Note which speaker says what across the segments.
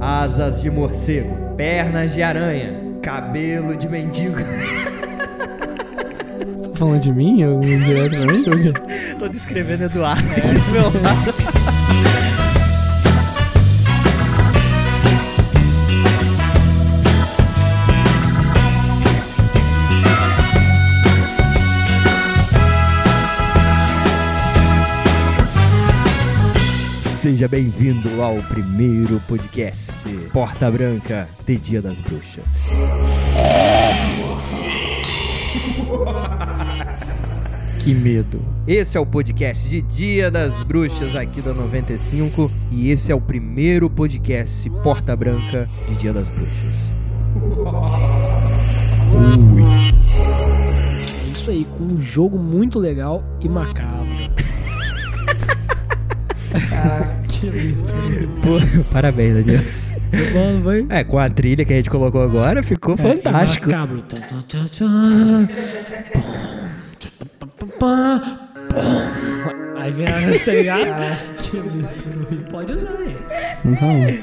Speaker 1: asas de morcego, pernas de aranha, cabelo de mendigo.
Speaker 2: Você tá falando de mim? Eu direto pra mim? Ou o quê?
Speaker 1: Tô descrevendo Eduardo aqui do meu lado. Seja bem-vindo ao primeiro podcast Porta Branca de Dia das Bruxas.
Speaker 2: Que medo.
Speaker 1: Esse é o podcast de Dia das Bruxas aqui da 95 e esse é o primeiro podcast Porta Branca de Dia das Bruxas.
Speaker 2: É isso aí, com um jogo muito legal e macabro. Caraca, que lindo.
Speaker 1: Pô, parabéns, Daniel.
Speaker 2: Vamos, vai.
Speaker 1: É, com a trilha que a gente colocou agora, ficou fantástico.
Speaker 2: É macabro. Tum, tum, tum, tum. Pum, tchum, pum, pum, pum, pum. Aí vem a gente, tá ligado?
Speaker 3: Ah,
Speaker 2: que lindo. Pode usar, hein?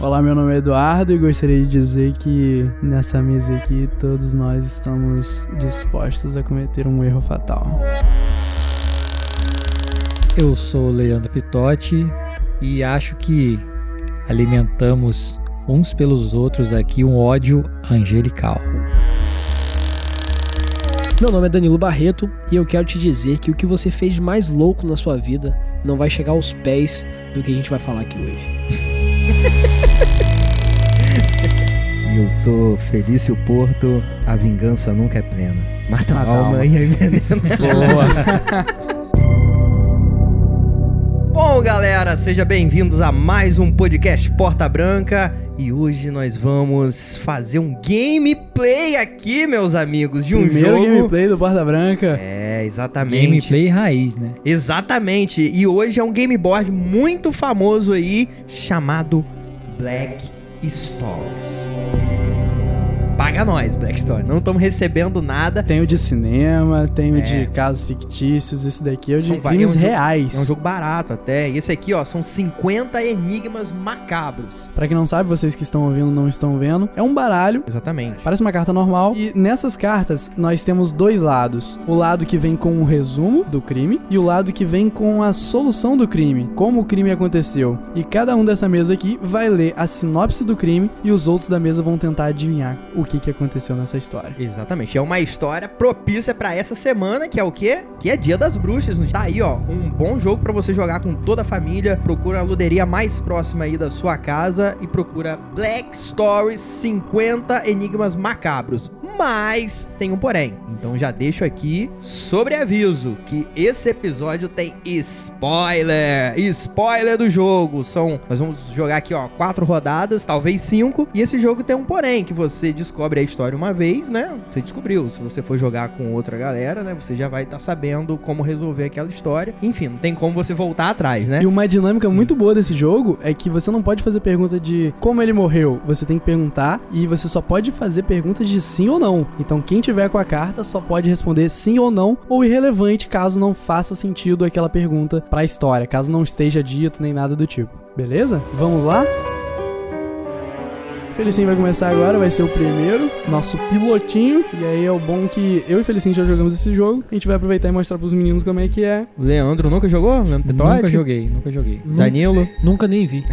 Speaker 3: Olá, meu nome é Eduardo e gostaria de dizer que nessa mesa aqui todos nós estamos dispostos a cometer um erro fatal.
Speaker 4: Eu sou o Leandro Pitotti e acho que alimentamos uns pelos outros aqui um ódio angelical.
Speaker 2: Meu nome é Danilo Barreto e eu quero te dizer que o que você fez de mais louco na sua vida não vai chegar aos pés do que a gente vai falar aqui hoje.
Speaker 1: E eu sou Felício Porto, a vingança nunca é plena. Mata a
Speaker 3: Mata a
Speaker 1: alma
Speaker 3: alma.
Speaker 1: e envenena. Bom, galera, sejam bem-vindos a mais um podcast Porta Branca. E hoje nós vamos fazer um gameplay aqui, meus amigos, de um
Speaker 3: Primeiro
Speaker 1: jogo.
Speaker 3: gameplay do Porta Branca.
Speaker 1: É, exatamente.
Speaker 4: Gameplay raiz, né?
Speaker 1: Exatamente. E hoje é um game board muito famoso aí, chamado Black Stories. Paga nós, Black Stories. Não estamos recebendo nada.
Speaker 3: Tem o de cinema, tem o
Speaker 1: É.
Speaker 3: de casos fictícios, esse daqui é o de
Speaker 1: São va-
Speaker 3: crimes
Speaker 1: é um jogo-
Speaker 3: reais.
Speaker 1: É um jogo barato até. E esse aqui, ó, são 50 enigmas macabros.
Speaker 3: Pra quem não sabe, vocês que estão ouvindo não estão vendo, é um baralho.
Speaker 1: Exatamente.
Speaker 3: Parece uma carta normal. E nessas cartas nós temos dois lados. O lado que vem com o resumo do crime e o lado que vem com a solução do crime, como o crime aconteceu. E cada um dessa mesa aqui vai ler a sinopse do crime e os outros da mesa vão tentar adivinhar o que, que aconteceu nessa história.
Speaker 1: Exatamente. É uma história propícia pra essa semana, que é o quê? Que é Dia das Bruxas. Tá aí, ó, um bom jogo pra você jogar com toda a família. Procura a luderia mais próxima aí da sua casa e procura Black Stories 50 Enigmas Macabros. Mas tem um porém. Então já deixo aqui sobre aviso que esse episódio tem spoiler. Spoiler do jogo. São nós vamos jogar aqui, ó, quatro rodadas, talvez cinco, e esse jogo tem um porém que você descobre a história uma vez, né? Você descobriu. Se você for jogar com outra galera, né, você já vai estar sabendo como resolver aquela história. Enfim, não tem como você voltar atrás, né?
Speaker 3: E uma dinâmica
Speaker 1: Sim.
Speaker 3: muito boa desse jogo é que você não pode fazer pergunta de como ele morreu. Você tem que perguntar e você só pode fazer perguntas de sim ou não. Então quem tiver com a carta só pode responder sim ou não ou irrelevante caso não faça sentido aquela pergunta pra história, caso não esteja dito nem nada do tipo. Beleza? Vamos lá? Felicinho vai começar agora, vai ser o primeiro, nosso pilotinho. E aí é o bom que eu e Felicinho já jogamos esse jogo. A gente vai aproveitar e mostrar pros meninos como é que é.
Speaker 1: Leandro nunca jogou? Leandro
Speaker 4: Nunca
Speaker 1: Petotti?
Speaker 4: joguei, nunca joguei.
Speaker 1: Danilo?
Speaker 2: Nunca nem vi.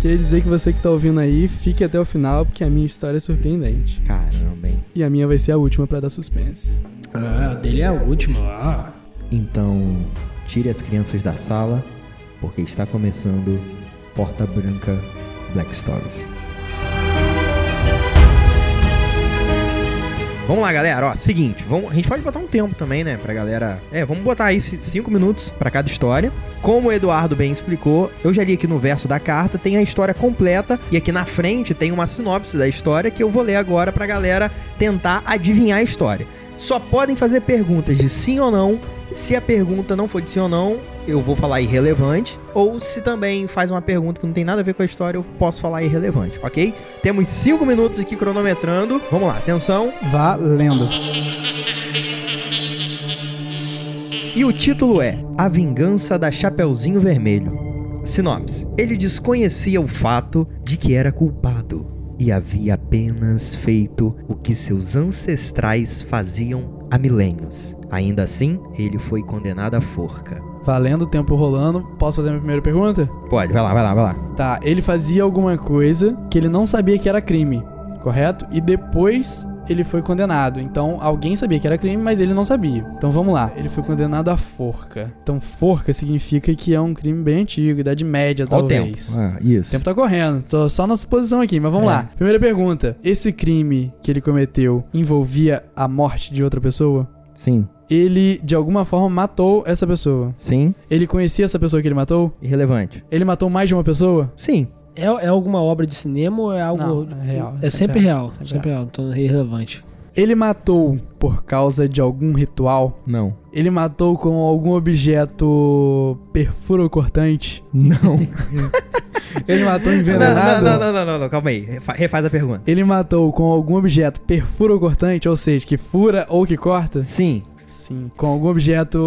Speaker 3: Queria dizer que você que tá ouvindo aí, fique até o final, porque a minha história é surpreendente.
Speaker 1: Caramba, hein?
Speaker 3: E a minha vai ser a última pra dar suspense.
Speaker 2: Ah, dele é a última. Ah.
Speaker 1: Então, tire as crianças da sala, porque está começando Porta Branca Black Stories. Vamos lá, galera. Ó, seguinte, vamos, a gente pode botar um tempo também, né, pra galera. É, vamos botar aí 5 minutos pra cada história. Como o Eduardo bem explicou, eu já li aqui no verso da carta, tem a história completa e aqui na frente tem uma sinopse da história que eu vou ler agora pra galera tentar adivinhar a história. Só podem fazer perguntas de sim ou não. Se a pergunta não for de sim ou não, eu vou falar irrelevante. Ou se também faz uma pergunta que não tem nada a ver com a história, eu posso falar irrelevante, ok? Temos 5 minutos aqui cronometrando. Vamos lá, atenção.
Speaker 3: Valendo.
Speaker 1: E o título é A Vingança da Chapeuzinho Vermelho. Sinopse. Ele desconhecia o fato de que era culpado e havia apenas feito o que seus ancestrais faziam há milênios. Ainda assim, ele foi condenado à forca.
Speaker 3: Valendo, tempo rolando. Posso fazer a minha primeira pergunta?
Speaker 1: Pode, vai lá, vai lá, vai lá.
Speaker 3: Tá, ele fazia alguma coisa que ele não sabia que era crime, correto? E depois ele foi condenado. Então alguém sabia que era crime, mas ele não sabia. Então vamos lá, ele foi condenado à forca. Então forca significa que é um crime bem antigo, idade média
Speaker 1: Olha o
Speaker 3: talvez.
Speaker 1: Ah,
Speaker 3: O
Speaker 1: isso.
Speaker 3: tempo tá correndo, tô só na suposição aqui, mas vamos
Speaker 1: É.
Speaker 3: lá. Primeira pergunta: esse crime que ele cometeu envolvia a morte de outra pessoa?
Speaker 1: Sim,
Speaker 3: Ele de alguma forma matou essa pessoa?
Speaker 1: sim.
Speaker 3: Ele conhecia essa pessoa que ele matou?
Speaker 1: Irrelevante.
Speaker 3: Ele matou mais de uma pessoa?
Speaker 1: Sim.
Speaker 2: É, é alguma obra de cinema ou é algo.
Speaker 3: Não, é real,
Speaker 2: É sempre real. Sempre, real. Então é irrelevante.
Speaker 3: Ele matou por causa de algum ritual?
Speaker 1: Não.
Speaker 3: Ele matou com algum objeto perfurocortante?
Speaker 1: Não.
Speaker 3: Ele matou
Speaker 1: Não,
Speaker 3: envenenado?
Speaker 1: não, não, não, não, não, não, calma aí. Refa- Refaz a pergunta.
Speaker 3: Ele matou com algum objeto perfurocortante, ou seja, que fura ou que corta?
Speaker 1: Sim.
Speaker 3: Sim. Com algum objeto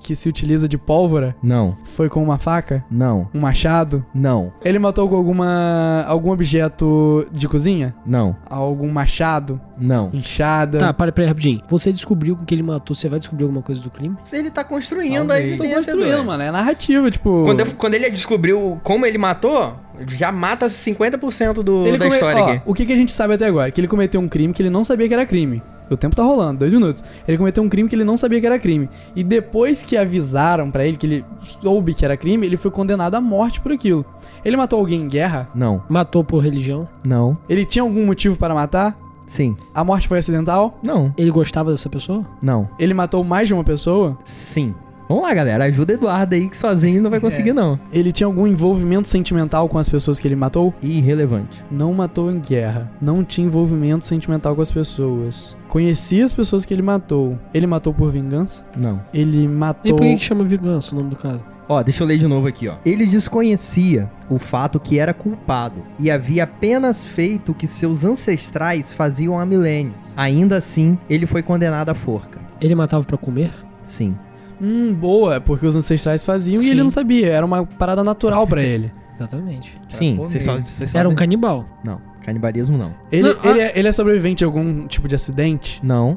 Speaker 3: que se utiliza de pólvora?
Speaker 1: Não.
Speaker 3: Foi com uma faca?
Speaker 1: Não.
Speaker 3: Um machado?
Speaker 1: Não.
Speaker 3: Ele matou com alguma algum objeto de cozinha?
Speaker 1: Não.
Speaker 3: Algum machado?
Speaker 1: Não.
Speaker 3: Enxada?
Speaker 2: Tá, para, peraí, rapidinho. Você descobriu com que ele matou, você vai descobrir alguma coisa do crime?
Speaker 1: Ele tá construindo a
Speaker 3: Talvez. Tô
Speaker 1: evidência
Speaker 3: construindo,
Speaker 1: doido.
Speaker 3: mano. É narrativa, tipo...
Speaker 1: Quando, eu- quando ele descobriu como ele matou, já mata 50% do, da
Speaker 3: come-
Speaker 1: história
Speaker 3: ó,
Speaker 1: aqui.
Speaker 3: O que, que a gente sabe até agora? Que ele cometeu um crime que ele não sabia que era crime. O tempo tá rolando, dois minutos. Ele cometeu um crime que ele não sabia que era crime. E depois que avisaram pra ele que ele soube que era crime, ele foi condenado à morte por aquilo. Ele matou alguém em guerra?
Speaker 1: Não.
Speaker 2: Matou por religião?
Speaker 1: Não.
Speaker 3: Ele tinha algum motivo para matar?
Speaker 1: Sim.
Speaker 3: A morte foi acidental?
Speaker 1: Não.
Speaker 2: Ele gostava dessa pessoa?
Speaker 1: Não.
Speaker 3: Ele matou mais de uma pessoa?
Speaker 1: Sim. Vamos lá, galera. Ajuda o Eduardo aí que sozinho não vai conseguir, não.
Speaker 3: Ele tinha algum envolvimento sentimental com as pessoas que ele matou?
Speaker 1: Irrelevante.
Speaker 3: Não matou em guerra. Não tinha envolvimento sentimental com as pessoas. Conhecia as pessoas que ele matou. Ele matou por vingança?
Speaker 1: Não.
Speaker 3: Ele
Speaker 2: E
Speaker 3: matou.
Speaker 2: por que, que chama vingança o nome do cara?
Speaker 1: Ó, deixa eu ler de novo aqui, ó. Ele desconhecia o fato que era culpado e havia apenas feito o que seus ancestrais faziam há milênios. Ainda assim, ele foi condenado à forca.
Speaker 2: Ele matava pra comer?
Speaker 1: Sim.
Speaker 3: Hum, boa, porque os ancestrais faziam e
Speaker 2: Sim.
Speaker 3: ele não sabia. Era uma parada natural pra ele.
Speaker 2: Exatamente.
Speaker 1: Sim.
Speaker 3: comer.
Speaker 1: Vocês só, vocês só
Speaker 2: Era um canibal.
Speaker 1: Não. Canibalismo, não.
Speaker 3: Ele,
Speaker 2: Não, ah.
Speaker 3: ele, é, ele é sobrevivente a algum tipo de acidente?
Speaker 1: Não.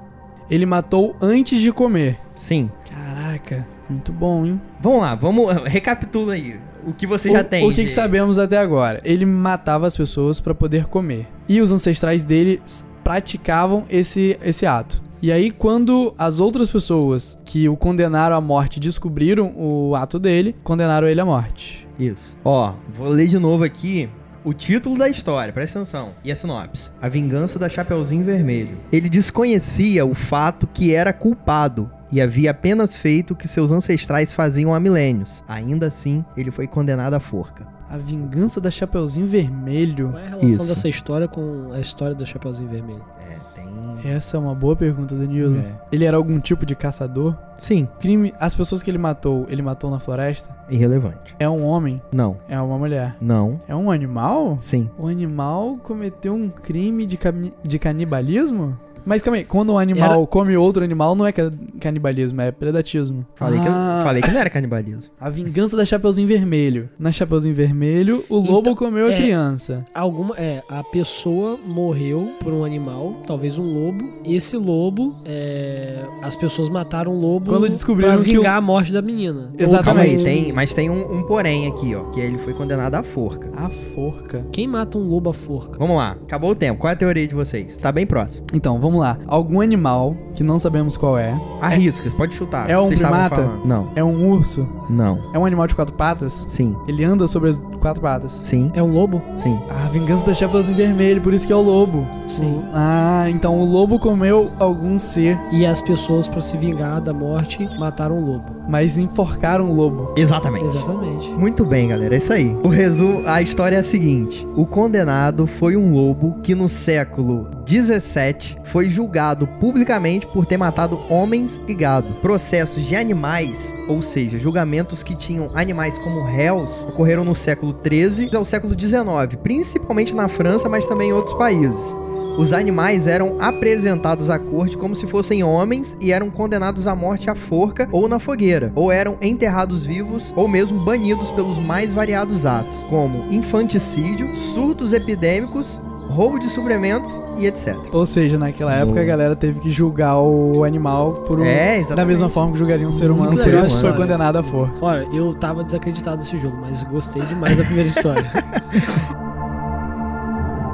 Speaker 3: Ele matou antes de comer.
Speaker 1: Sim.
Speaker 3: Caraca, muito bom, hein?
Speaker 1: Vamos lá, vamos. Recapitula aí. O que você
Speaker 3: o,
Speaker 1: já tem.
Speaker 3: O que, que
Speaker 1: de-
Speaker 3: sabemos até agora? Ele matava as pessoas pra poder comer. E os ancestrais dele s- praticavam esse, esse ato. E aí, quando as outras pessoas que o condenaram à morte descobriram o ato dele, condenaram ele à morte.
Speaker 1: Isso. Ó, vou ler de novo aqui o título da história, presta atenção. E a sinopse: A Vingança da Chapeuzinho Vermelho. Ele desconhecia o fato que era culpado e havia apenas feito o que seus ancestrais faziam há milênios. Ainda assim, ele foi condenado à forca.
Speaker 3: A vingança da Chapeuzinho Vermelho.
Speaker 2: Qual é a relação
Speaker 1: Isso.
Speaker 2: dessa história com a história do Chapeuzinho Vermelho?
Speaker 1: É, tem.
Speaker 3: Essa é uma boa pergunta, Danilo.
Speaker 1: É.
Speaker 3: Ele era algum tipo de caçador?
Speaker 1: Sim,
Speaker 3: Crime, as pessoas que ele matou, ele matou na floresta?
Speaker 1: irrelevante.
Speaker 3: É um homem?
Speaker 1: Não,
Speaker 3: É uma mulher?
Speaker 1: não,
Speaker 3: É um animal?
Speaker 1: sim.
Speaker 3: O animal cometeu um crime de, cami- de canibalismo? Mas calma aí, quando um animal
Speaker 2: Era-
Speaker 3: come outro animal, não é ca- canibalismo, é predatismo.
Speaker 1: Falei, que,
Speaker 3: Ah,
Speaker 1: falei que não era canibalismo.
Speaker 3: A vingança da Chapeuzinho Vermelho. Na Chapeuzinho Vermelho, o lobo
Speaker 2: Então,
Speaker 3: comeu a
Speaker 2: é.
Speaker 3: criança.
Speaker 2: Alguma. É, a pessoa morreu por um animal, talvez um lobo. E esse lobo. é, as pessoas mataram o lobo
Speaker 3: Quando descobriram
Speaker 2: pra
Speaker 3: que
Speaker 2: vingar a morte da menina.
Speaker 3: Exatamente.
Speaker 1: Calma aí,
Speaker 2: Ou-
Speaker 1: tem, mas tem um, um porém aqui, ó. Que ele foi condenado à forca.
Speaker 3: A forca.
Speaker 2: Quem mata um lobo à forca?
Speaker 1: Vamos lá, acabou o tempo. Qual é a teoria de vocês? Tá bem próximo.
Speaker 3: Então, vamos lá. Algum animal, que não sabemos qual é,
Speaker 1: Arrisca, pode chutar.
Speaker 3: É um
Speaker 1: Vocês estavam
Speaker 3: primata?
Speaker 1: falando. Não,
Speaker 3: é um urso,
Speaker 1: não.
Speaker 3: é um animal de quatro patas,
Speaker 1: Sim,
Speaker 3: ele anda sobre as quatro patas.
Speaker 1: sim,
Speaker 2: É um lobo?
Speaker 1: sim.
Speaker 3: A vingança da Chapeuzinho Vermelho, por isso que é o lobo.
Speaker 2: Sim.
Speaker 3: Ah, então o lobo comeu algum ser,
Speaker 2: E as pessoas, pra se vingar da morte, mataram o lobo.
Speaker 3: mas enforcaram o lobo.
Speaker 1: Exatamente.
Speaker 2: Exatamente.
Speaker 1: Muito bem, galera, é isso aí. O resumo, a história é a seguinte: o condenado foi um lobo que no século 17 foi julgado publicamente por ter matado homens e gado. Processos de animais, ou seja, julgamentos que tinham animais como réus, ocorreram no século 13 ao século 19, principalmente na França, mas também em outros países. Os animais eram apresentados à corte como se fossem homens e eram condenados à morte à forca ou na fogueira, ou eram enterrados vivos ou mesmo banidos pelos mais variados atos, como infanticídio, surtos epidêmicos, roubo de suplementos e etc.
Speaker 3: Ou seja, naquela época a galera teve que julgar o animal por um.
Speaker 1: É, exatamente.
Speaker 3: Da mesma forma que julgaria um ser humano, um
Speaker 2: Muito
Speaker 3: ser
Speaker 2: legal
Speaker 3: humano
Speaker 2: essa
Speaker 3: foi
Speaker 2: história.
Speaker 3: condenado a for.
Speaker 2: Olha, eu tava desacreditado desse jogo, mas gostei demais da primeira história.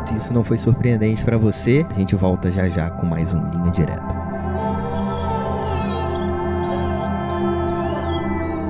Speaker 1: Se isso não foi surpreendente pra você, a gente volta já já com mais um Linha Direta.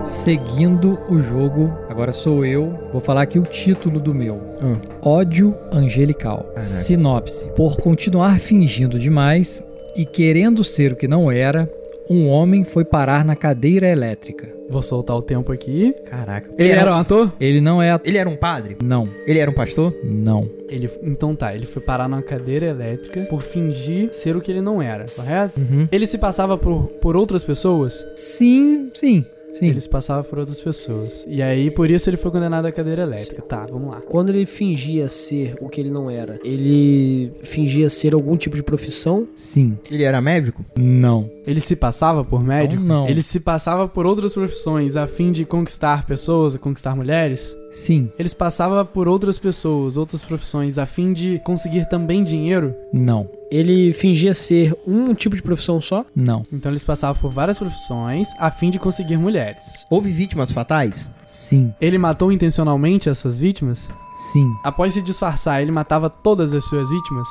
Speaker 4: Seguindo o jogo, agora sou eu. Vou falar aqui o título do meu.
Speaker 1: Hum.
Speaker 4: Ódio Angelical. Sinopse. Por continuar fingindo demais e querendo ser o que não era, um homem foi parar na cadeira elétrica.
Speaker 3: Vou soltar o tempo aqui.
Speaker 1: Caraca. Ele,
Speaker 3: Ele
Speaker 1: era,
Speaker 3: era um ator?
Speaker 4: Ele não é...
Speaker 1: ele era um padre?
Speaker 4: Não,
Speaker 1: Ele era um pastor?
Speaker 4: não.
Speaker 3: Ele, então tá, ele foi parar numa cadeira elétrica por fingir ser o que ele não era, correto?
Speaker 1: Uhum.
Speaker 3: Ele se passava por, por outras pessoas?
Speaker 4: Sim, sim, sim.
Speaker 3: Ele se passava por outras pessoas. E aí, por isso, ele foi condenado à cadeira elétrica. Tá, vamos lá.
Speaker 2: Quando ele fingia ser o que ele não era, ele fingia ser algum tipo de profissão?
Speaker 4: Sim,
Speaker 1: Ele era médico?
Speaker 4: não.
Speaker 3: Ele se passava por médico?
Speaker 4: Não, não.
Speaker 3: Ele se passava por outras profissões a fim de conquistar pessoas, conquistar mulheres?
Speaker 4: Sim,
Speaker 3: Ele se passava por outras pessoas, outras profissões a fim de conseguir também dinheiro?
Speaker 4: não,
Speaker 2: Ele fingia ser um tipo de profissão só?
Speaker 4: não.
Speaker 3: Então ele se passava por várias profissões a fim de conseguir mulheres.
Speaker 1: Houve vítimas fatais?
Speaker 4: Sim,
Speaker 3: Ele matou intencionalmente essas vítimas?
Speaker 4: sim,
Speaker 3: Após se disfarçar, ele matava todas as suas vítimas?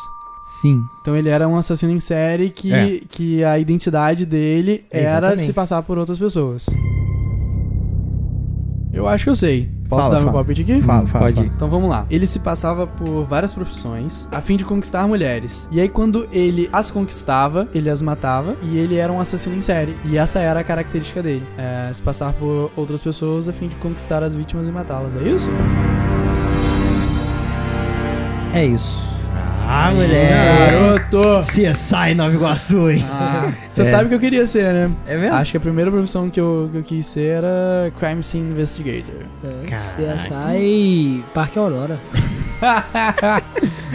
Speaker 4: sim.
Speaker 3: Então ele era um assassino em série que,
Speaker 1: É.
Speaker 3: que a identidade dele era
Speaker 1: Exatamente.
Speaker 3: se passar por outras pessoas. Eu acho que eu sei. Posso
Speaker 1: Fala,
Speaker 3: dar meu
Speaker 1: fala.
Speaker 3: palpite aqui?
Speaker 1: Fala, fala.
Speaker 4: Pode
Speaker 1: fala.
Speaker 4: ir.
Speaker 3: Então vamos lá. Ele se passava por várias profissões a fim de conquistar mulheres. E aí quando ele as conquistava, ele as matava e ele era um assassino em série. E essa era a característica dele. É, se passar por outras pessoas a fim de conquistar as vítimas e matá-las. É isso?
Speaker 4: É isso.
Speaker 1: Ah, moleque!
Speaker 3: Garoto! Ah.
Speaker 1: CSI Nova Iguaçu, hein?
Speaker 3: Você sabe que eu queria ser, né?
Speaker 1: É mesmo?
Speaker 3: Acho que a primeira profissão que eu, que eu quis ser era Crime Scene Investigator.
Speaker 2: CSI e Parque Aurora.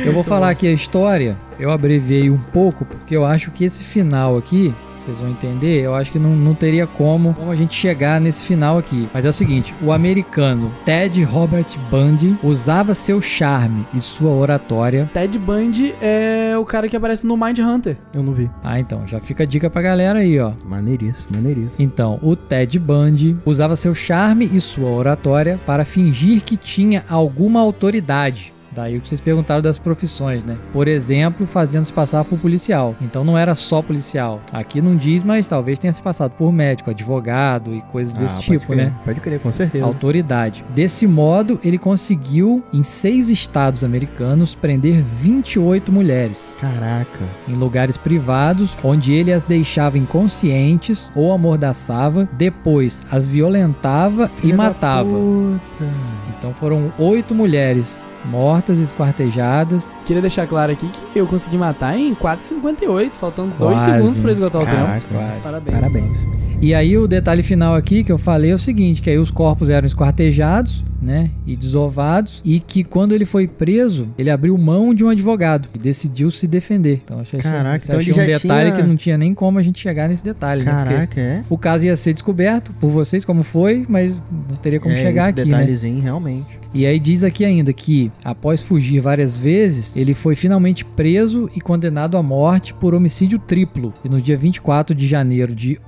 Speaker 4: Eu vou falar aqui a história. Eu abreviei um pouco, porque eu acho que esse final aqui, vocês vão entender, eu acho que não, não teria como, como a gente chegar nesse final aqui. Mas é o seguinte: o americano Ted Robert Bundy usava seu charme e sua oratória.
Speaker 3: Ted Bundy é o cara que aparece no Mind Hunter.
Speaker 1: Eu não vi.
Speaker 4: Ah, então, já fica a dica pra galera aí, ó.
Speaker 1: Maneiríssimo, maneiríssimo.
Speaker 4: Então, o Ted Bundy usava seu charme e sua oratória para fingir que tinha alguma autoridade. Daí o que vocês perguntaram das profissões, né? Por exemplo, fazendo se passar por policial. Então não era só policial. Aqui não diz, mas talvez tenha se passado por médico, advogado e coisas desse
Speaker 1: Ah,
Speaker 4: tipo,
Speaker 1: pode crer,
Speaker 4: né?
Speaker 1: Pode crer, com certeza.
Speaker 4: Autoridade. Desse modo, ele conseguiu, em seis estados americanos, prender 28 mulheres
Speaker 1: Caraca.
Speaker 4: em lugares privados, onde ele as deixava inconscientes ou amordaçava, depois as violentava e
Speaker 1: Filha da
Speaker 4: matava.
Speaker 1: puta.
Speaker 4: Então foram oito mulheres mortas, esquartejadas.
Speaker 3: Queria deixar claro aqui que eu consegui matar em 4,58, faltando 2
Speaker 4: Quase.
Speaker 3: segundos pra esgotar o
Speaker 4: né?
Speaker 3: tempo.
Speaker 1: Caraca.
Speaker 4: Quase.
Speaker 2: Parabéns.
Speaker 1: Parabéns.
Speaker 4: E aí o detalhe final aqui que eu falei é o seguinte, que aí os corpos eram esquartejados, né, e desovados, e que quando ele foi preso, ele abriu mão de um advogado e decidiu se defender. Então achei,
Speaker 1: Caraca,
Speaker 4: esse
Speaker 1: então
Speaker 4: achei
Speaker 1: ele
Speaker 4: um
Speaker 1: já
Speaker 4: detalhe
Speaker 1: tinha-
Speaker 4: que não tinha nem como a gente chegar nesse detalhe, né? porque-
Speaker 1: Caraca, é?
Speaker 4: O caso ia ser descoberto por vocês, como foi, mas não teria como
Speaker 1: é,
Speaker 4: chegar
Speaker 1: esse
Speaker 4: aqui, né?
Speaker 1: detalhezinho, realmente.
Speaker 4: E aí diz aqui ainda que, após fugir várias vezes, ele foi finalmente preso e condenado à morte por homicídio triplo. E no dia 24 de janeiro de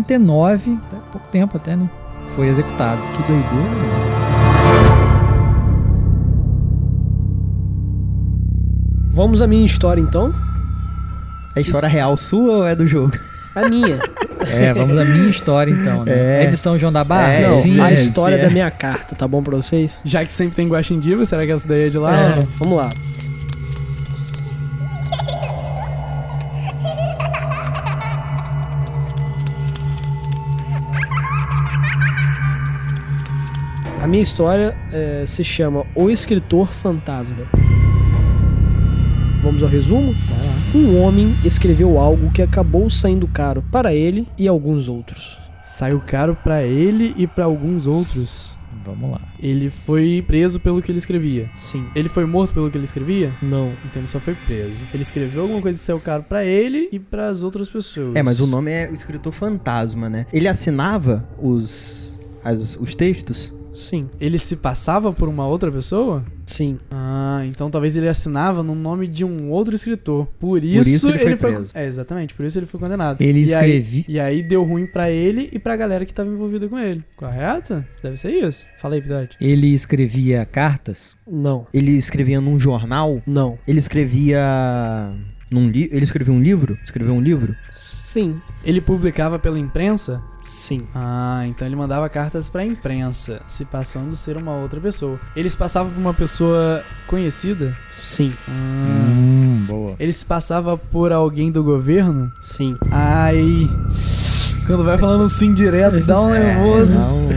Speaker 4: 89, até pouco tempo até, né? Foi executado.
Speaker 1: Que doideira, né? mano.
Speaker 2: Vamos à minha história então?
Speaker 1: É história real sua ou é do jogo?
Speaker 2: A minha.
Speaker 4: É, vamos à minha história então, né?
Speaker 1: É.
Speaker 4: É, de São João da Barra?
Speaker 1: É,
Speaker 2: Não,
Speaker 4: Sim.
Speaker 2: a
Speaker 1: é,
Speaker 2: história
Speaker 1: sim, é.
Speaker 2: da minha carta, tá bom pra vocês?
Speaker 3: Já que sempre tem Guaxindiba, será que essa daí é de lá?
Speaker 2: É, vamos lá. A minha história eh, se chama O Escritor Fantasma. Vamos ao resumo? Um homem escreveu algo que acabou saindo caro para ele e alguns outros.
Speaker 3: Saiu caro pra ele e pra alguns outros.
Speaker 4: Vamos lá.
Speaker 3: Ele foi preso pelo que ele escrevia.
Speaker 2: Sim.
Speaker 3: Ele foi morto pelo que ele escrevia?
Speaker 2: Não.
Speaker 3: Então ele só foi preso. Ele escreveu alguma coisa que saiu caro pra ele e pras outras pessoas.
Speaker 1: É, mas o nome é o escritor fantasma, né? Ele assinava os, as- os textos?
Speaker 2: Sim.
Speaker 3: Ele se passava por uma outra pessoa?
Speaker 2: Sim.
Speaker 3: Ah, então talvez ele assinava no nome de um outro escritor. Por isso,
Speaker 1: isso ele foi preso.
Speaker 3: É, exatamente, por isso ele foi condenado.
Speaker 4: Ele
Speaker 3: E aí-
Speaker 4: escrevi-
Speaker 3: E aí, deu ruim pra ele e pra galera que tava envolvida com ele. Correto? Deve ser isso. Fala aí, Pidote.
Speaker 4: Ele escrevia cartas?
Speaker 2: Não.
Speaker 1: Ele escrevia num jornal?
Speaker 2: Não.
Speaker 1: Ele escrevia num li... ele escreveu um livro? Escreveu um livro?
Speaker 2: Sim.
Speaker 3: Ele publicava pela imprensa?
Speaker 2: Sim.
Speaker 3: Ah, então ele mandava cartas pra imprensa, se passando ser uma outra pessoa. Eles passavam por uma pessoa conhecida?
Speaker 2: Sim.
Speaker 3: Ah,
Speaker 4: Hum, boa.
Speaker 3: ele se passava por alguém do governo?
Speaker 2: Sim.
Speaker 3: Ai. Quando vai falando sim direto, dá um nervoso.
Speaker 1: não.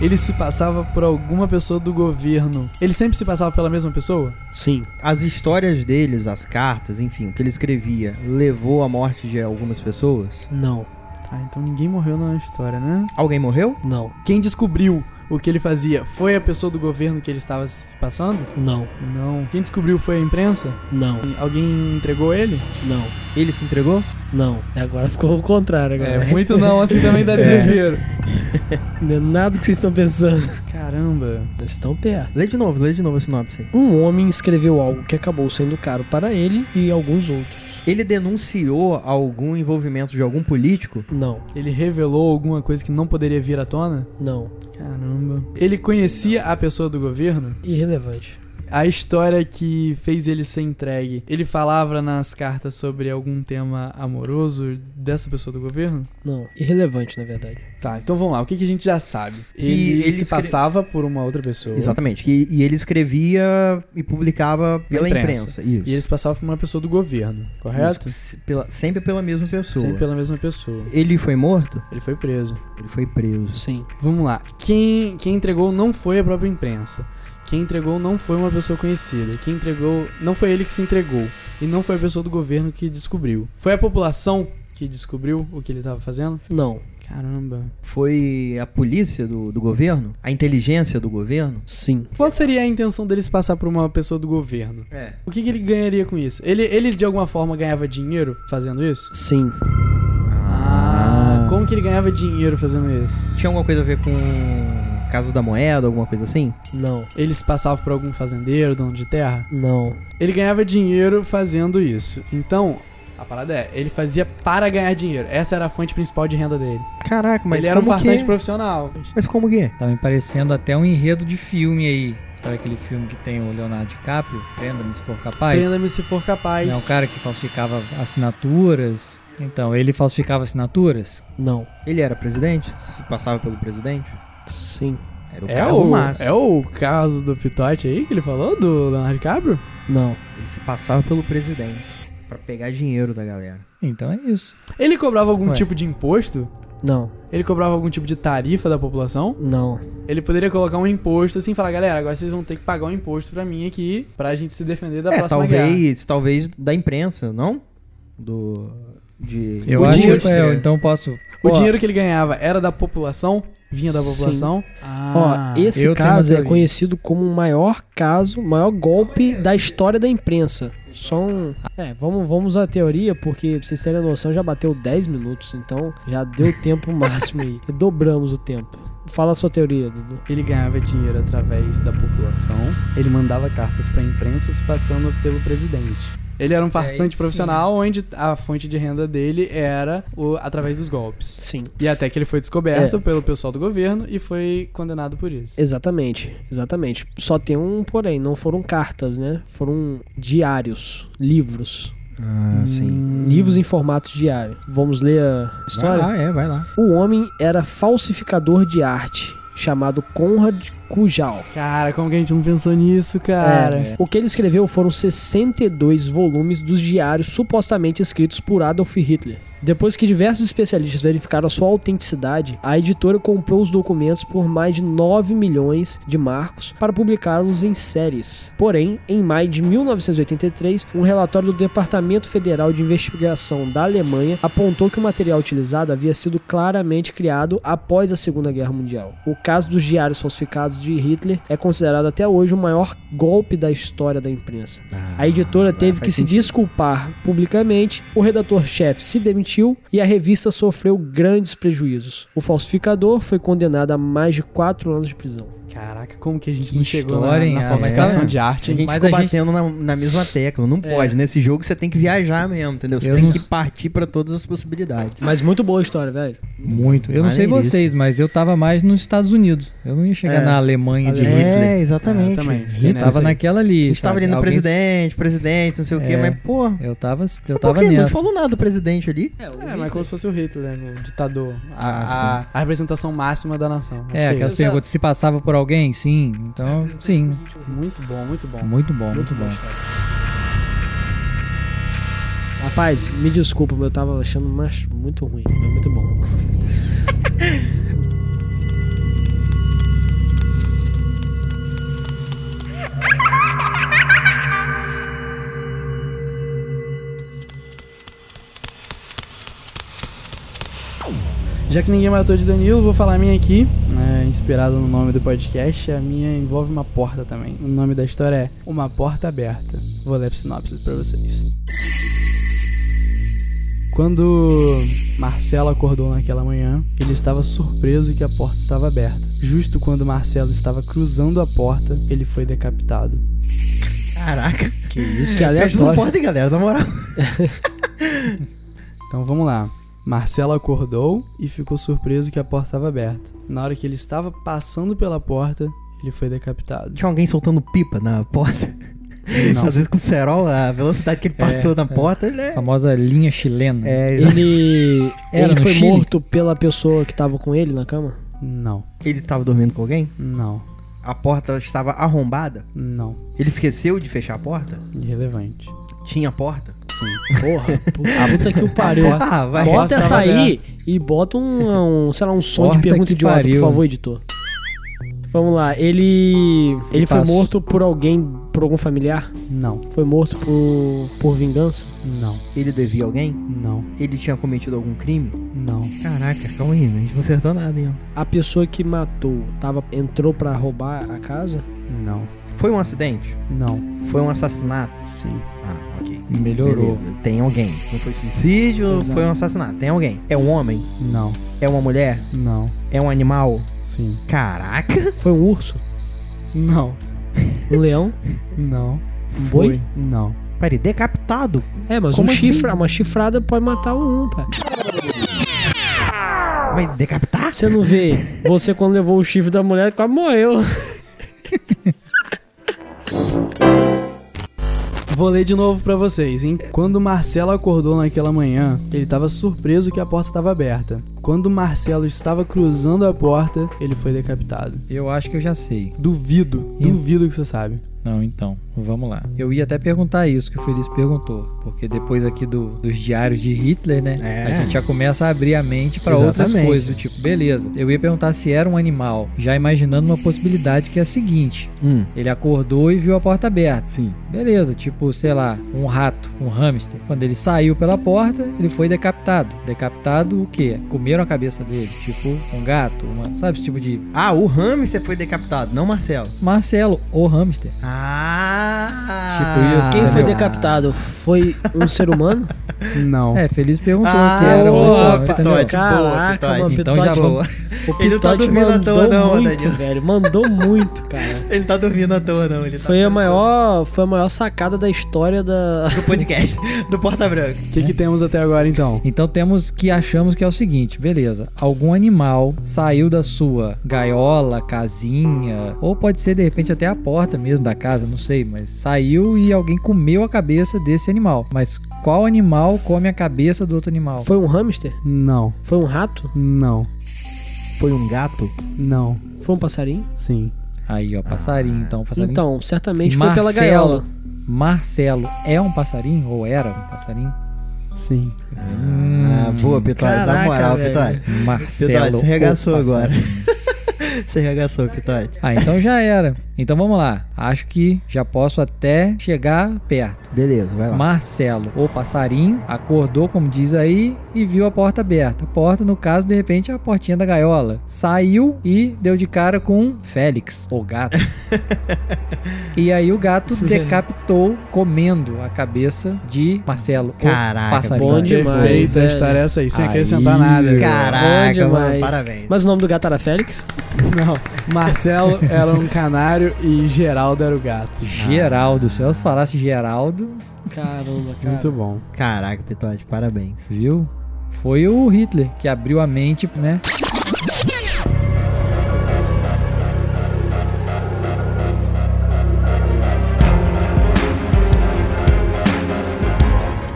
Speaker 3: Ele se passava por alguma pessoa do governo. Ele sempre se passava pela mesma pessoa?
Speaker 2: Sim.
Speaker 1: As histórias deles, as cartas, enfim, o que ele escrevia, levou à morte de algumas pessoas?
Speaker 2: Não.
Speaker 3: Tá, então ninguém morreu na história, né?
Speaker 1: Alguém morreu?
Speaker 2: Não.
Speaker 3: Quem descobriu o que ele fazia foi a pessoa do governo que ele estava se passando?
Speaker 2: Não.
Speaker 3: Não. Quem descobriu foi a imprensa?
Speaker 2: Não.
Speaker 3: Alguém entregou ele?
Speaker 2: Não.
Speaker 1: Ele se entregou?
Speaker 2: Não. Agora ficou o contrário
Speaker 3: É,
Speaker 2: agora.
Speaker 3: muito não, assim também dá desespero.
Speaker 2: Não é nada que vocês estão pensando.
Speaker 3: Caramba.
Speaker 2: Vocês estão perto.
Speaker 1: Lê de novo, lê de novo a sinopse. aí.
Speaker 2: Um homem escreveu algo que acabou sendo caro para ele e alguns outros.
Speaker 1: Ele denunciou algum envolvimento de algum político?
Speaker 2: Não.
Speaker 3: Ele revelou alguma coisa que não poderia vir à tona?
Speaker 2: Não.
Speaker 3: Caramba. Ele conhecia a pessoa do governo?
Speaker 2: Irrelevante.
Speaker 3: A história que fez ele ser entregue, ele falava nas cartas sobre algum tema amoroso dessa pessoa do governo?
Speaker 2: Não. Irrelevante, na verdade.
Speaker 3: Tá, então vamos lá. O que, que a gente já sabe? Ele,
Speaker 1: ele
Speaker 3: se
Speaker 1: escre-
Speaker 3: passava por uma outra pessoa.
Speaker 1: Exatamente. E, e ele escrevia e publicava pela imprensa.
Speaker 3: imprensa.
Speaker 1: Isso.
Speaker 3: E ele se passava por uma pessoa do governo, correto?
Speaker 1: Isso, se- pela- sempre pela mesma pessoa.
Speaker 3: Sempre pela mesma pessoa.
Speaker 1: Ele foi morto?
Speaker 3: Ele foi preso.
Speaker 1: Ele foi preso.
Speaker 2: Sim.
Speaker 3: Vamos lá. Quem, quem entregou não foi a própria imprensa. Quem entregou não foi uma pessoa conhecida. Quem entregou não foi ele que se entregou. E não foi a pessoa do governo que descobriu. Foi a população que descobriu o que ele estava fazendo?
Speaker 2: Não.
Speaker 3: Caramba.
Speaker 1: Foi a polícia do, do governo? A inteligência do governo?
Speaker 2: Sim.
Speaker 3: Qual seria a intenção dele se passar por uma pessoa do governo?
Speaker 1: É.
Speaker 3: O que, que ele ganharia com isso? Ele, ele de alguma forma ganhava dinheiro fazendo isso?
Speaker 2: Sim.
Speaker 3: Ah, como que ele ganhava dinheiro fazendo isso?
Speaker 1: Tinha alguma coisa a ver com o caso da moeda, alguma coisa assim?
Speaker 2: Não.
Speaker 3: Ele se passava por algum fazendeiro, dono de terra?
Speaker 2: Não.
Speaker 3: Ele ganhava dinheiro fazendo isso. Então, a parada é, ele fazia para ganhar dinheiro. Essa era a fonte principal de renda dele.
Speaker 1: Caraca, mas
Speaker 3: ele era um
Speaker 1: como
Speaker 3: farsante
Speaker 1: que...
Speaker 3: profissional.
Speaker 1: Mas como que?
Speaker 4: Tá me parecendo até um enredo de filme aí. Sabe aquele filme que tem o Leonardo DiCaprio? Prenda-me se for capaz.
Speaker 3: Prenda-me se for capaz.
Speaker 4: É um cara que falsificava assinaturas. Então, ele falsificava assinaturas?
Speaker 2: Não.
Speaker 1: Ele era presidente? Se passava pelo presidente?
Speaker 2: Sim.
Speaker 1: Era o
Speaker 3: É
Speaker 1: cara um
Speaker 3: o,
Speaker 1: massa.
Speaker 3: é o caso do Pitote aí que ele falou, do Leonardo DiCaprio?
Speaker 2: Não.
Speaker 1: Ele se passava pelo presidente pra pegar dinheiro da galera.
Speaker 4: Então é isso.
Speaker 3: Ele cobrava algum
Speaker 4: Ué.
Speaker 3: tipo de imposto?
Speaker 2: Não.
Speaker 3: Ele cobrava algum tipo de tarifa da população?
Speaker 2: Não.
Speaker 3: Ele poderia colocar um imposto assim e falar, galera, agora vocês vão ter que pagar um imposto pra mim aqui, pra gente se defender da
Speaker 1: é,
Speaker 3: próxima guerra.
Speaker 1: talvez, talvez da imprensa, não? Do de
Speaker 4: Eu
Speaker 3: O
Speaker 4: acho
Speaker 3: dinheiro-
Speaker 4: que é, então posso.
Speaker 3: O
Speaker 4: Ó,
Speaker 3: dinheiro que ele ganhava era da população? Vinha da
Speaker 2: Sim.
Speaker 3: população? Ah,
Speaker 2: Ó, esse
Speaker 4: eu tenho
Speaker 2: caso
Speaker 4: uma
Speaker 2: é
Speaker 4: teoria.
Speaker 2: conhecido como o maior caso, maior golpe da história da imprensa. Só um. É, vamos, vamos à teoria, porque pra vocês terem noção, já bateu 10 minutos, então já deu tempo máximo aí. Dobramos o tempo. Fala a sua teoria, Dudu.
Speaker 3: Ele ganhava dinheiro através da população. Ele mandava cartas pra imprensa se passando pelo presidente. Ele era um farsante
Speaker 4: sim.
Speaker 3: profissional onde a fonte de renda dele era o, através dos golpes.
Speaker 2: Sim.
Speaker 3: E até que ele foi descoberto
Speaker 2: É.
Speaker 3: pelo pessoal do governo e foi condenado por isso.
Speaker 2: Exatamente, exatamente. Só tem um porém, não foram cartas, né? Foram diários, livros.
Speaker 1: Ah, sim.
Speaker 3: Hum,
Speaker 4: Hum.
Speaker 2: Livros em formato diário. Vamos ler a história?
Speaker 1: Ah, é, vai lá.
Speaker 2: O homem era falsificador de arte, chamado Conrad Kujal.
Speaker 3: Cara, como que a gente não pensou nisso, cara?
Speaker 4: né?
Speaker 2: É. O que ele escreveu foram 62 volumes dos diários supostamente escritos por Adolf Hitler. Depois que diversos especialistas verificaram a sua autenticidade, a editora comprou os documentos por mais de 9 milhões de marcos para publicá-los em séries. Porém, em maio de 1983, um relatório do Departamento Federal de Investigação da Alemanha apontou que o material utilizado havia sido claramente criado após a Segunda Guerra Mundial. O caso dos diários falsificados assassinato de Hitler é considerado até hoje o maior golpe da história da imprensa. A editora teve que se desculpar publicamente, o redator-chefe se demitiu e a revista sofreu grandes prejuízos. O falsificador foi condenado a mais de 4 anos de prisão.
Speaker 3: Caraca, como que a gente
Speaker 4: Que
Speaker 3: não chegou na,
Speaker 4: história, hein?
Speaker 3: na
Speaker 4: Ah,
Speaker 3: falsificação
Speaker 4: é.
Speaker 3: de arte?
Speaker 1: A
Speaker 3: hein?
Speaker 1: gente
Speaker 4: Mas
Speaker 1: ficou
Speaker 4: a gente-
Speaker 1: batendo na, na mesma tecla. Não pode. Nesse jogo você tem que viajar mesmo, entendeu? Você
Speaker 4: Eu
Speaker 1: tem
Speaker 4: não
Speaker 1: que
Speaker 4: s-
Speaker 1: partir pra todas as possibilidades.
Speaker 2: Mas muito boa a história, velho.
Speaker 4: Muito. Eu não sei
Speaker 1: Maneiríssimo.
Speaker 4: vocês, mas eu tava mais nos Estados Unidos. Eu não ia chegar
Speaker 2: É.
Speaker 4: na Alemanha de
Speaker 2: É,
Speaker 4: Hitler. Ah,
Speaker 1: exatamente.
Speaker 3: Eu também.
Speaker 4: Eu
Speaker 3: Fiquei nessa
Speaker 4: tava
Speaker 3: aí.
Speaker 4: naquela ali.
Speaker 1: A gente tava
Speaker 4: sabe?
Speaker 1: ali no
Speaker 4: Alguém-
Speaker 1: presidente, presidente, não sei o quê,
Speaker 4: É.
Speaker 1: mas, pô.
Speaker 4: Eu tava, eu
Speaker 1: Por
Speaker 4: tava
Speaker 1: quê? Não
Speaker 4: nessa.
Speaker 1: falou nada do presidente ali.
Speaker 2: É,
Speaker 3: É, mas como se fosse o Hitler, né? O ditador.
Speaker 4: Ah,
Speaker 3: A, a, a representação máxima da nação.
Speaker 4: É,
Speaker 3: Achei
Speaker 4: aquelas
Speaker 3: isso.
Speaker 4: perguntas. Se passava por alguém? Sim. Então, sim.
Speaker 3: Muito bom, muito bom.
Speaker 4: Muito bom, muito bom.
Speaker 2: Rapaz, me desculpa, mas eu tava achando mas muito ruim, mas muito bom.
Speaker 3: Já que ninguém matou de Danilo, vou falar a minha aqui. É, inspirado no nome do podcast, a minha envolve uma porta também. O nome da história é Uma Porta Aberta. Vou ler a sinopse pra vocês. Quando Marcelo acordou naquela manhã, ele estava surpreso que a porta estava aberta. Justo quando Marcelo estava cruzando a porta, ele foi decapitado. é
Speaker 1: Caraca.
Speaker 2: Que isso, que
Speaker 1: Fecha essa
Speaker 2: aleatório.
Speaker 1: porta, hein, galera, na moral.
Speaker 3: Então vamos lá. Marcelo acordou e ficou surpreso que a porta estava aberta. Na hora que ele estava passando pela porta, ele foi decapitado.
Speaker 1: Tinha alguém soltando pipa na porta.
Speaker 3: Não.
Speaker 1: Às vezes com o cerol, a velocidade que
Speaker 4: É,
Speaker 1: ele passou na porta, ele
Speaker 4: A
Speaker 1: é...
Speaker 4: famosa linha chilena.
Speaker 1: É, ele...
Speaker 2: Ele,
Speaker 4: Era
Speaker 2: ele
Speaker 4: no
Speaker 2: foi
Speaker 4: Chile?
Speaker 2: morto pela pessoa que tava com ele na cama?
Speaker 3: Não,
Speaker 1: tava dormindo com alguém?
Speaker 3: não,
Speaker 1: A porta estava arrombada?
Speaker 3: não.
Speaker 1: Ele esqueceu de fechar a porta?
Speaker 3: Irrelevante.
Speaker 1: Tinha porta?
Speaker 3: Sim.
Speaker 2: Porra, puta, Ah, puta que o pariu.
Speaker 3: Aposta-
Speaker 1: Ah, vai.
Speaker 2: Bota
Speaker 3: aposta
Speaker 2: essa
Speaker 3: tava
Speaker 2: aí
Speaker 3: aberta.
Speaker 2: e bota um, um, sei lá, um som
Speaker 4: Porta
Speaker 2: de pergunta
Speaker 4: que
Speaker 2: idiota,
Speaker 4: pariu.
Speaker 2: por favor, editor. Vamos lá, ele. Ele foi
Speaker 4: Passo.
Speaker 2: morto por alguém, por algum familiar?
Speaker 3: Não,
Speaker 2: Foi morto por, por vingança?
Speaker 3: não,
Speaker 1: Ele devia alguém?
Speaker 3: não,
Speaker 1: Ele tinha cometido algum crime?
Speaker 3: não,
Speaker 1: Caraca, calma aí, a gente não acertou nada, hein?
Speaker 2: A pessoa que matou tava, entrou pra roubar a casa?
Speaker 3: não,
Speaker 1: Foi um acidente?
Speaker 3: não,
Speaker 1: Foi um assassinato?
Speaker 3: sim,
Speaker 1: Ah, ok.
Speaker 4: Melhorou.
Speaker 1: Beleza, Tem alguém. Não foi suicídio,
Speaker 3: Exato.
Speaker 1: foi um assassinato. Tem alguém. É um homem?
Speaker 3: não,
Speaker 1: É uma mulher?
Speaker 3: não,
Speaker 1: É um animal?
Speaker 3: sim,
Speaker 1: Caraca!
Speaker 2: Foi um urso?
Speaker 3: não,
Speaker 2: Um leão?
Speaker 3: não,
Speaker 2: Um boi?
Speaker 3: não.
Speaker 1: Peraí, decapitado?
Speaker 2: É, mas
Speaker 1: Como
Speaker 2: um
Speaker 1: assim?
Speaker 2: chifra, uma chifrada pode matar um, cara.
Speaker 1: Mas decapitar?
Speaker 2: Você não vê? Você quando levou o chifre da mulher quase morreu.
Speaker 3: Vou ler de novo pra vocês, hein? Quando Marcelo acordou naquela manhã, ele tava surpreso que a porta estava aberta. Quando Marcelo estava cruzando a porta, ele foi decapitado.
Speaker 4: Eu acho que eu já sei.
Speaker 3: Duvido,
Speaker 4: Ih.
Speaker 3: duvido que você sabe.
Speaker 4: Não, então, vamos lá. Eu ia até perguntar isso que o Feliz perguntou, porque depois aqui do- dos diários de Hitler, né?
Speaker 1: É.
Speaker 4: A gente já começa a abrir a mente pra outras
Speaker 1: Exatamente.
Speaker 4: coisas, do tipo, beleza. Eu ia perguntar se era um animal, já imaginando uma possibilidade que é a seguinte:
Speaker 1: Hum,
Speaker 4: ele acordou e viu a porta aberta.
Speaker 1: sim.
Speaker 4: Beleza, tipo, sei lá, um rato, um hamster. Quando ele saiu pela porta, ele foi decapitado. Decapitado o quê? Comeram a cabeça dele, tipo, um gato, uma, sabe esse tipo de
Speaker 1: Ah, o hamster foi decapitado, não Marcelo.
Speaker 4: Marcelo ou hamster.
Speaker 1: Ah!
Speaker 4: Tipo isso,
Speaker 2: Quem foi
Speaker 4: entendeu?
Speaker 2: decapitado? Foi um ser humano?
Speaker 3: Não.
Speaker 4: É, Feliz perguntou
Speaker 1: Ah,
Speaker 4: se era
Speaker 1: boa,
Speaker 4: um
Speaker 1: Pitote,
Speaker 4: entendeu?
Speaker 1: boa,
Speaker 2: Caraca, mano,
Speaker 1: Pitote.
Speaker 4: Então já
Speaker 2: Pitote.
Speaker 1: Ah,
Speaker 2: é
Speaker 1: Boa.
Speaker 2: O
Speaker 1: Ele não tá
Speaker 2: Pitote
Speaker 1: dormindo à
Speaker 2: mandou
Speaker 1: toa não,
Speaker 2: muito,
Speaker 1: Danilo.
Speaker 2: velho. Mandou muito, cara.
Speaker 1: Ele tá dormindo à toa, não. Ele tá
Speaker 2: Foi a
Speaker 1: dormindo
Speaker 2: maior, foi a maior sacada da história da.
Speaker 1: do podcast, do Porta Branca.
Speaker 3: O que, que temos até agora então?
Speaker 4: Então temos que achamos que é o seguinte, beleza? Algum animal saiu da sua gaiola, casinha, ou pode ser de repente até a porta mesmo da casa, não sei, mas saiu e alguém comeu a cabeça desse animal. Mas qual animal come a cabeça do outro animal?
Speaker 2: Foi um hamster?
Speaker 3: Não,
Speaker 2: Foi um rato?
Speaker 3: não,
Speaker 1: Foi um gato?
Speaker 3: não,
Speaker 2: Foi um passarinho?
Speaker 3: sim,
Speaker 4: Aí, ó, passarinho, então, passarinho.
Speaker 2: Então, certamente
Speaker 4: Se
Speaker 2: foi pela gaiola.
Speaker 4: Marcelo é um passarinho ou era um passarinho?
Speaker 3: sim.
Speaker 1: Ah, boa, Pitote. Na
Speaker 2: Hum, Caraca,
Speaker 1: moral,
Speaker 2: velho. é
Speaker 1: Pitote.
Speaker 4: Marcelo.
Speaker 1: Pitote, você arregaçou
Speaker 4: o passarinho.
Speaker 1: agora. você arregaçou, Pitote.
Speaker 4: Ah, então já era. Então vamos lá. Acho que já posso até chegar perto.
Speaker 1: Beleza, vai lá.
Speaker 4: Marcelo, o passarinho, acordou, como diz aí, e viu a porta aberta. A porta, no caso, de repente, é a portinha da gaiola. Saiu e deu de cara com Félix, o gato. e aí o gato decapitou, comendo a cabeça de Marcelo,
Speaker 1: Caraca,
Speaker 4: o passarinho.
Speaker 2: bom É demais,
Speaker 3: Perfeito a
Speaker 2: velho.
Speaker 3: história é essa aí, sem
Speaker 4: Aí.
Speaker 3: acrescentar nada. velho.
Speaker 1: Caraca,
Speaker 2: Bom
Speaker 1: mano,
Speaker 2: demais.
Speaker 1: parabéns.
Speaker 2: Mas o nome do gato era Félix?
Speaker 3: Não, Marcelo era um canário e Geraldo era o gato.
Speaker 4: Geraldo, se eu falasse Geraldo,
Speaker 2: Caramba, cara.
Speaker 3: Muito bom.
Speaker 1: Caraca, Pitote, parabéns.
Speaker 4: viu? Foi o Hitler que abriu a mente, né?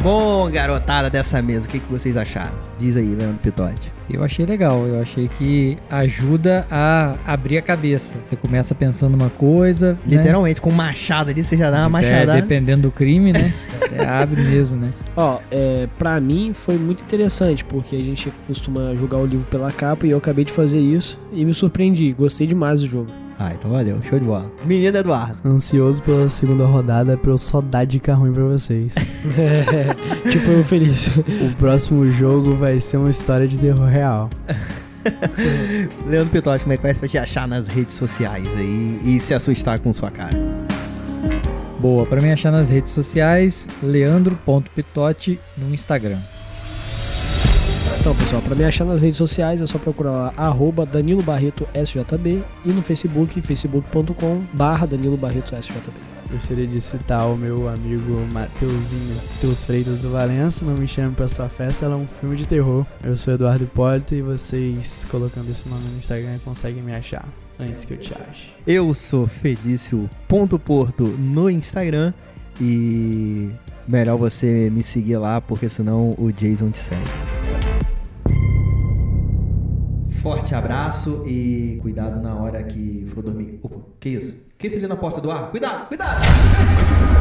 Speaker 1: Bom, garotada dessa mesa, o que, que vocês acharam? Diz aí, Leandro Pitote.
Speaker 4: Eu achei legal, eu achei que ajuda a abrir a cabeça. Você começa pensando uma coisa, né?
Speaker 1: Literalmente, com machado ali, você já dá uma
Speaker 4: É,
Speaker 1: machadada.
Speaker 4: dependendo do crime, né? Até abre mesmo, né?
Speaker 2: Ó, é, pra mim foi muito interessante, porque a gente costuma julgar o livro pela capa e eu acabei de fazer isso e me surpreendi. Gostei demais do jogo.
Speaker 1: Ah, então valeu, show de bola. Menino Eduardo.
Speaker 3: Ansioso pela segunda rodada pra eu só dar dica ruim pra vocês.
Speaker 2: É, tipo, eu feliz.
Speaker 3: o próximo jogo vai ser uma história de terror real.
Speaker 1: Leandro Pitotti, como é que faz pra te achar nas redes sociais aí e se assustar com sua cara?
Speaker 4: Boa, pra me achar nas redes sociais, leandro.pitotti no Instagram.
Speaker 2: Então, pessoal, pra me achar nas redes sociais é só procurar lá arroba Danilo Barreto SJB e no Facebook, facebook.com barra Danilo Barreto SJB.
Speaker 3: Gostaria de citar o meu amigo Mateuzinho Teus Freitas do Valença. Não me chame pra sua festa, ela é um filme de terror. Eu sou Eduardo Hipólito e vocês, colocando esse nome no Instagram, conseguem me achar antes que eu te ache.
Speaker 1: Eu sou Felício.porto no Instagram e melhor você me seguir lá, porque senão o Jason te segue. Forte abraço e cuidado na hora que for dormir. Opa, que isso? Que isso ali na porta do ar? Cuidado, cuidado!